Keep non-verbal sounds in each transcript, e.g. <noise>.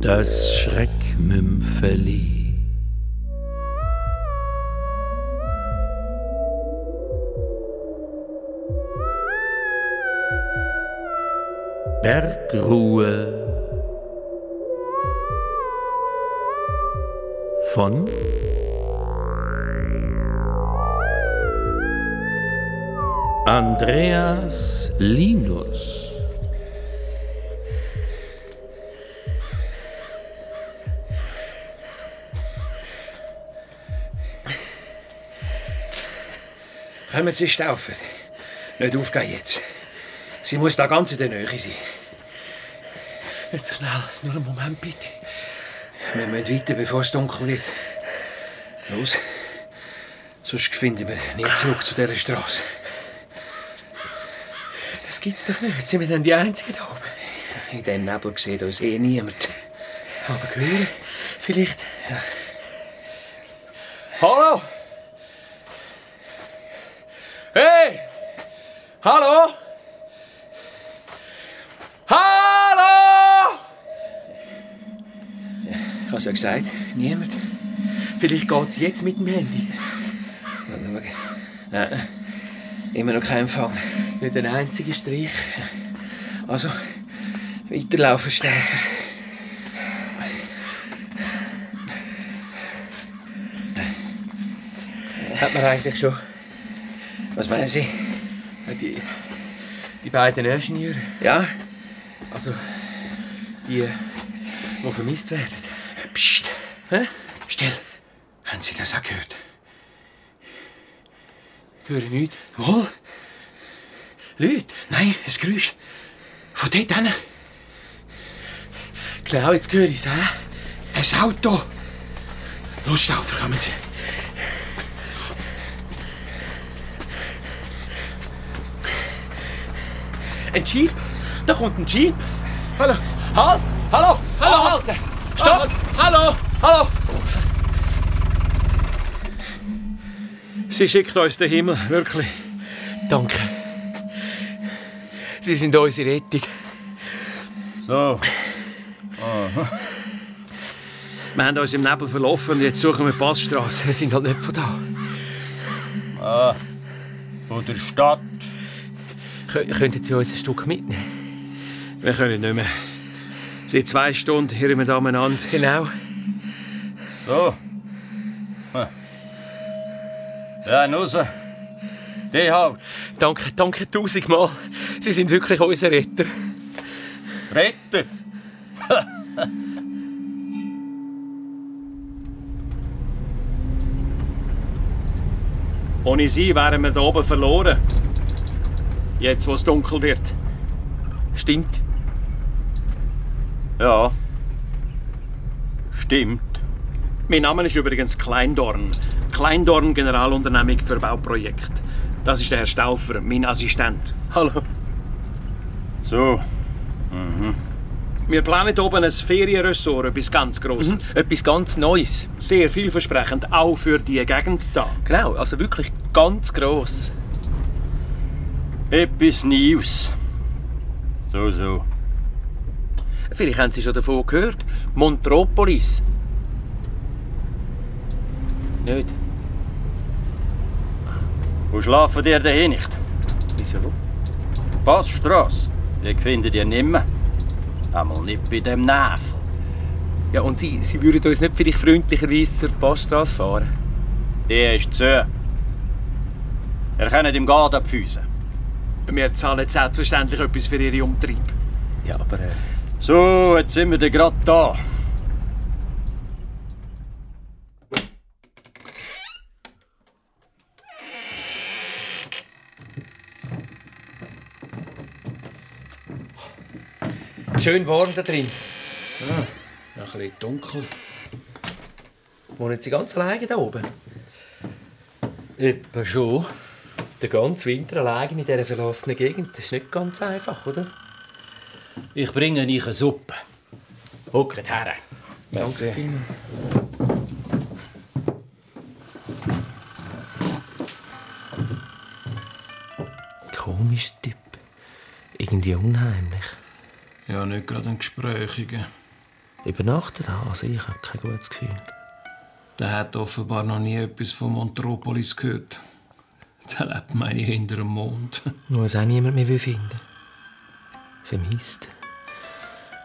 das Schreckmümpfeli. Bergruhe von Andreas Linus. Kommen Sie, Stauffer. Nicht aufgehen jetzt. Sie muss da ganz in der Nähe sein. Nicht so schnell, nur einen Moment bitte. Wir müssen weiter, bevor es dunkel wird. Los. Sonst finden wir nie zurück zu dieser Straße. Das gibt's doch nicht. Sind wir denn die Einzigen da oben? In diesem Nebel sieht uns eh niemand. Aber hören, vielleicht. Hallo! Hey! Hallo! Hallo! Ich habe ja gesagt, niemand. Vielleicht geht's jetzt mit dem Handy. Mal schauen. Nein, immer noch kein Empfang. Nicht ein einziger Strich. Also, weiterlaufen, Stauffer. Hat man eigentlich schon. Was meinen Sie? Äh, Die, die beiden Ingenieure, Ja? also die, die vermisst werden. Psst. Hä? Still. Haben Sie das auch gehört? Ich höre nichts. Wohl? Leute, Nein, das Geräusch. Von dort hin. genau, jetzt höre ich's, hä? Ein Auto. Los, Stauffer, kommen Sie. Ein Jeep? Da kommt ein Jeep. Hallo. Halt! Hallo! Hallo, halt! Stopp! Hallo! Hallo! Sie schickt uns den Himmel, wirklich. Danke. Sie sind unsere Rettung. So, Wir haben uns im Nebel verlaufen und jetzt suchen wir die Passstraße. Wir sind halt nicht von da. von der Stadt. Kö könnten Sie uns ein Stück mitnehmen? Wir können nicht mehr. Seit zwei Stunden hier wir da umeinander. Genau. So. Ja, raus. Die halt. Danke, danke tausendmal. Sie sind wirklich unser Retter. Retter. <laughs> Ohne sie wären wir da oben verloren. Jetzt, wo es dunkel wird. Stimmt. Ja. Stimmt. Mein Name ist übrigens Kleindorn. Kleindorn Generalunternehmung für Bauprojekt. Das ist der Herr Stauffer, mein Assistent. Hallo. So. Mhm. Wir planen hier oben ein Ferienressort, etwas ganz Grosses. Mhm. Etwas ganz Neues. Sehr vielversprechend, auch für die Gegend da. Genau, also wirklich ganz gross. Etwas Neues. So, so. Vielleicht haben Sie schon davon gehört. Montropolis. Nicht? Wo schlafen ihr denn nicht? Wieso? Passstrasse. Die findet ihr nimmer. Einmal nicht bei dem Nevel. Ja, und Sie, Sie würden uns nicht vielleicht freundlicherweise zur Passstrasse fahren? Die ist zu. Ihr könnt im Garten abfüßen. Wir zahlen selbstverständlich etwas für Ihren Umtrieb. Ja, aber... Äh, So, jetzt sind wir dann gerade da. Schön warm da drin. Ah, Ein bisschen dunkel. Wohnen Sie ganz alleine da oben? Etwa schon. Den ganzen Winter alleine in dieser verlassenen Gegend, das ist nicht ganz einfach, oder? Ich bringe euch eine Suppe. Hockt her. Danke vielmals. Komischer Typ. Irgendwie unheimlich. Ja, nicht gerade ein Gesprächiger. übernachtet habe. Also ich habe kein gutes Gefühl. Der hat offenbar noch nie etwas von Montropolis gehört. Der lebt, meine ich, hinter dem Mond. Nur es auch niemand mehr will finden Vermisst.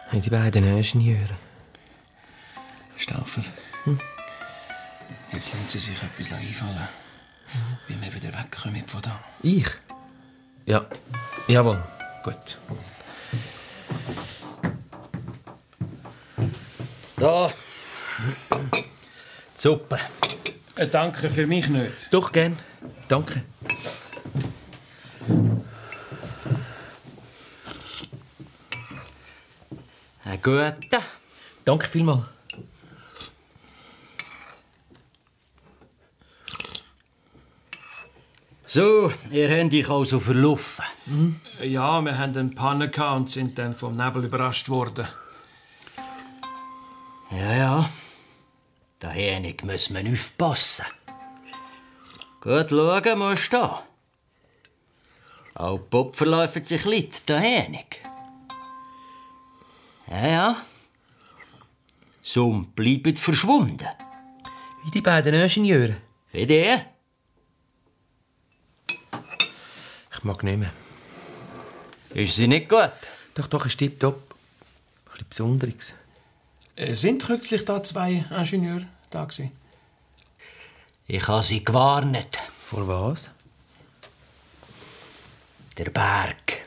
Haben die beiden Ingenieure. Stauffer, Hm. jetzt lassen Sie sich etwas einfallen, wie wir wieder wegkommen von da. Ich? Ja. Jawohl. Gut. Da. Die Suppe. Äh, Danke für mich nicht. Doch, gern. Danke. Ein guter. Danke vielmals. So, ihr habt euch also verlaufen. Hm? Ja, wir haben einen Panne gehabt und sind dann vom Nebel überrascht worden. Ja, ja. Daher nicht muss man aufpassen. Gut schauen musst du da. Auch die Puppen verläuft sich Leute, daher nicht. Ja, ja. Some bleiben verschwunden. Wie die beiden Ingenieure. Wie die? Ich mag nicht mehr. Ist sie nicht gut? Doch, doch, ist tipptopp. Ein bisschen Besonderes. Äh, sind kürzlich da zwei Ingenieure da gewesen? Ich habe sie gewarnt. Vor was? Der Berg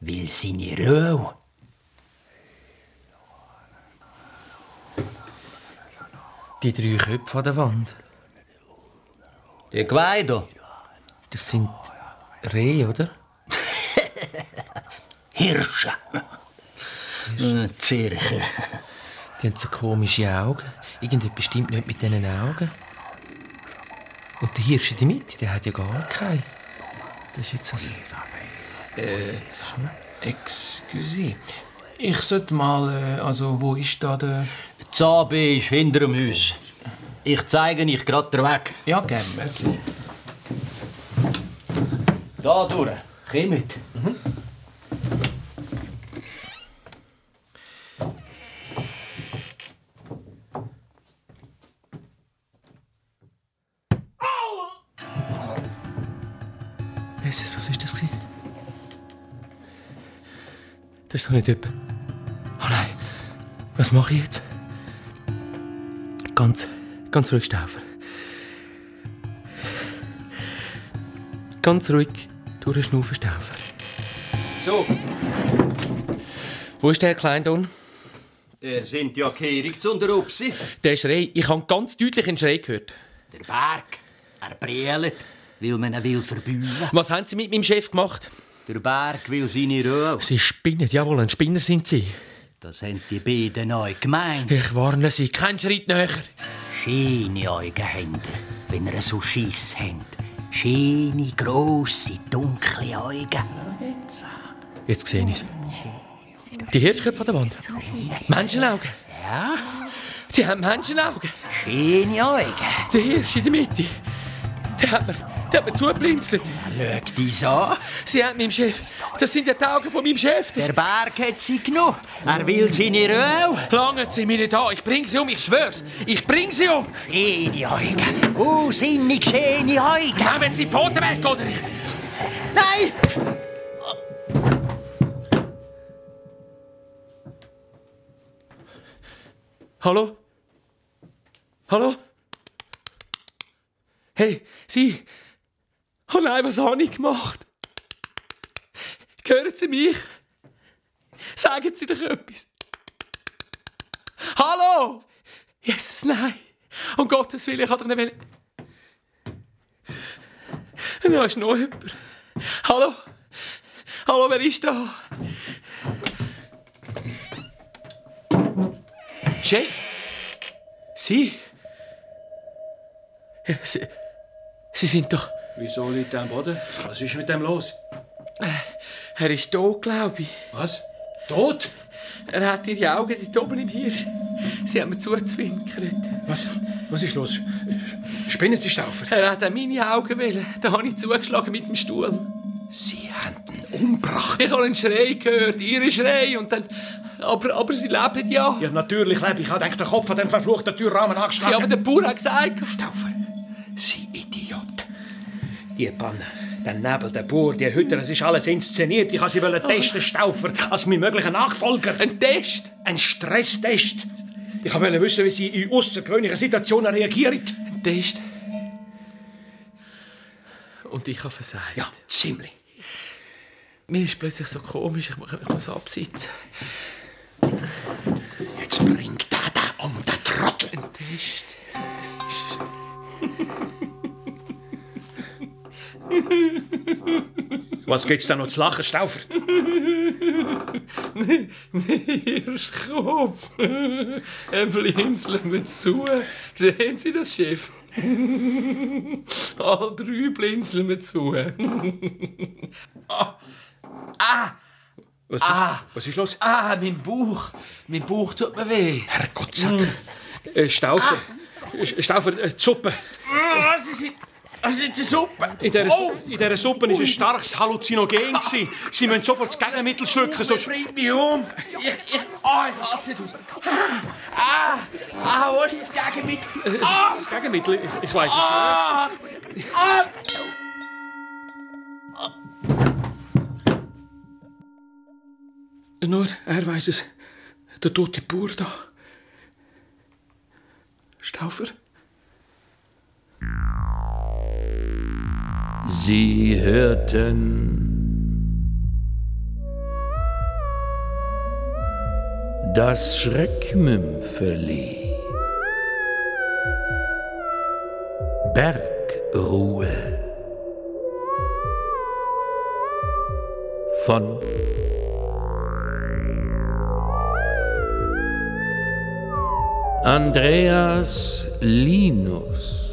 will seine Ruhe. Die drei Köpfe an der Wand. Der Guaido. Das sind Rehe, oder? <laughs> Hirsche. Äh, Zirche. Die haben so komische Augen. Irgendetwas stimmt nicht mit diesen Augen. Und der Hirsch in der Mitte, der hat ja gar keine. Das ist jetzt so. Excuse. Ich sollte mal, äh, also wo ist da der... Zabe ist hinter dem Haus. Ich zeige euch gerade den Weg. Ja, gerne, merci. Da durch. Kommt. Jesus, was ist das? Gewesen? Das ist doch nicht jemand. Oh nein, was mache ich jetzt? Ganz, ganz ruhig, Staufer. Ganz ruhig durchschnaufen, Staufer. So, Wo ist der Kleindon? ihr sind ja gehörig zu unter Upsi. Der Schrei. Ich habe ganz deutlich einen Schrei gehört. Der Berg, er brüllt, weil man ihn will verbühlen. Was haben Sie mit meinem Chef gemacht? Der Berg will seine Ruhe. Sie spinnen. Jawohl, ein Spinner sind Sie. Das haben die beiden neu gemeint. Ich warne Sie. Kein Schritt näher. Schöne Augenhände, wenn ihr so Schiss habt. Schöne, grosse, dunkle Augen. Jetzt sehe ich es. Die Hirschköpfe an der Wand. Menschenaugen. Ja, Die haben Menschenaugen. schöne Augen. Der Hirsch in der Mitte. Der hat mir, der hat mir zugeblinzelt. Schau dich an. Sie haben meinem Chef. Das sind ja die Augen von meinem Chef. Das Der Berg hat sie genommen. Er will seine Ruhe. langen Sie mich nicht an. Ich bringe sie um. Ich schwör's. Ich bringe sie um. Schöne Augen. Oh, sinnig schöne Augen. Nehmen Sie die Pfoten weg, oder? Ich... Nein! Hallo? Hallo? Hey, Sie! Oh nein, was habe ich gemacht? Hören Sie mich? Sagen Sie doch etwas. Hallo? Jesus, nein. Um Gottes Willen, ich kann doch nicht... wollen- Da ist noch jemand. Hallo? Hallo, wer ist da? Chef? Sie? Ja, Sie, Sie sind doch... Wieso liegt der am Boden? Was ist mit dem los? Er ist tot, glaube ich. Was? Tot? Er hat ihre Augen dort oben im Hirsch. Sie haben mir zugezwinkert. Was, was ist los? Spinnen Sie, Stauffer? Er hat auch meine Augen wollen. Da habe ich zugeschlagen mit dem Stuhl. Sie haben ihn umgebracht. Ich habe einen Schrei gehört, ihren Schrei und dann... Aber, aber sie leben ja. Ja, natürlich, lebe ich. Ich denke, den Kopf von dem verfluchten Türrahmen angeschlagen. Ja, aber der Bauer hat gesagt... Stauffer, Sie Idiot. Die Panne, der Nebel, der Bauer, die Hütter, es ist alles inszeniert. Ich wollte sie wollen testen, Stauffer, als mein möglicher Nachfolger. Ein Test. Ein Stresstest. Ich wollte wissen, wie sie in außergewöhnlichen Situationen reagiert. Ein Test. Und ich habe versagt. Ja, ziemlich. Mir ist plötzlich so komisch, ich muss, ich muss absitzen. Jetzt bringt der oh, da um, der Trottel. Ein Test. <laughs> Was gibt's da noch zu lachen, Stauffer? Hirschkopf. Ein Blinzeln wir zu. Sehen Sie das Schiff? Alle drei blinzeln wir zu. Was ist, was ist los? Ah, mein Bauch. Mein Bauch tut mir weh. Herrgottsack. Äh, Stauffer. Sch- Stauffer, äh, die Suppe. Was ist das? Was ist die Suppe? In dieser, in dieser Suppe war ein starkes Halluzinogen. gewesen. Sie müssen sofort das Gegenmittel schlucken, sonst... bringt mich um. Ich, ich, ah, ich hasse es aus. Ah, ah, wo ist das Gegenmittel? Ah, Das Gegenmittel? Ich, ich weiß es nicht. ah, ah. Nur er weiß es. Der tote Bauer da. Stauffer? Sie hörten das Schreckmümpfeli. Bergruhe von Andreas Linus.